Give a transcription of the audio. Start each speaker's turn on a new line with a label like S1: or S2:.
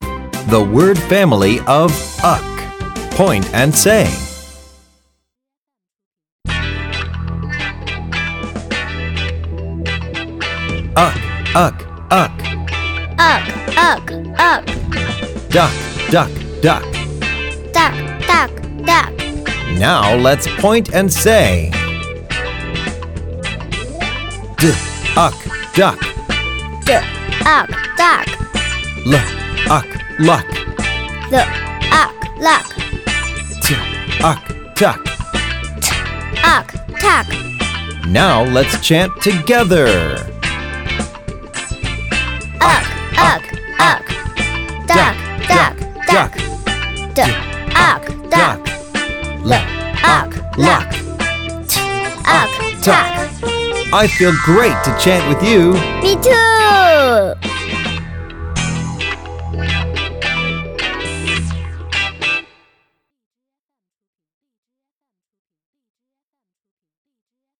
S1: the word family of uck. Point and say. Uck, uck, uck.
S2: Uck, uck, uck.
S1: Duck, duck, duck.
S2: Duck, duck, duck.
S1: Now let's point and say. D, uck, duck.
S2: D, uck, duck.
S1: L, uck, luck.
S2: Look, uck, luck.
S1: T, uck, tuck.
S2: T, uck, tuck.
S1: Now let's chant together.
S2: Uck, uck, uck. Duck, duck, duck. D, uck, duck. Look, uck, luck. T, uck, tuck.
S1: I feel great to chant with you.
S2: Me too.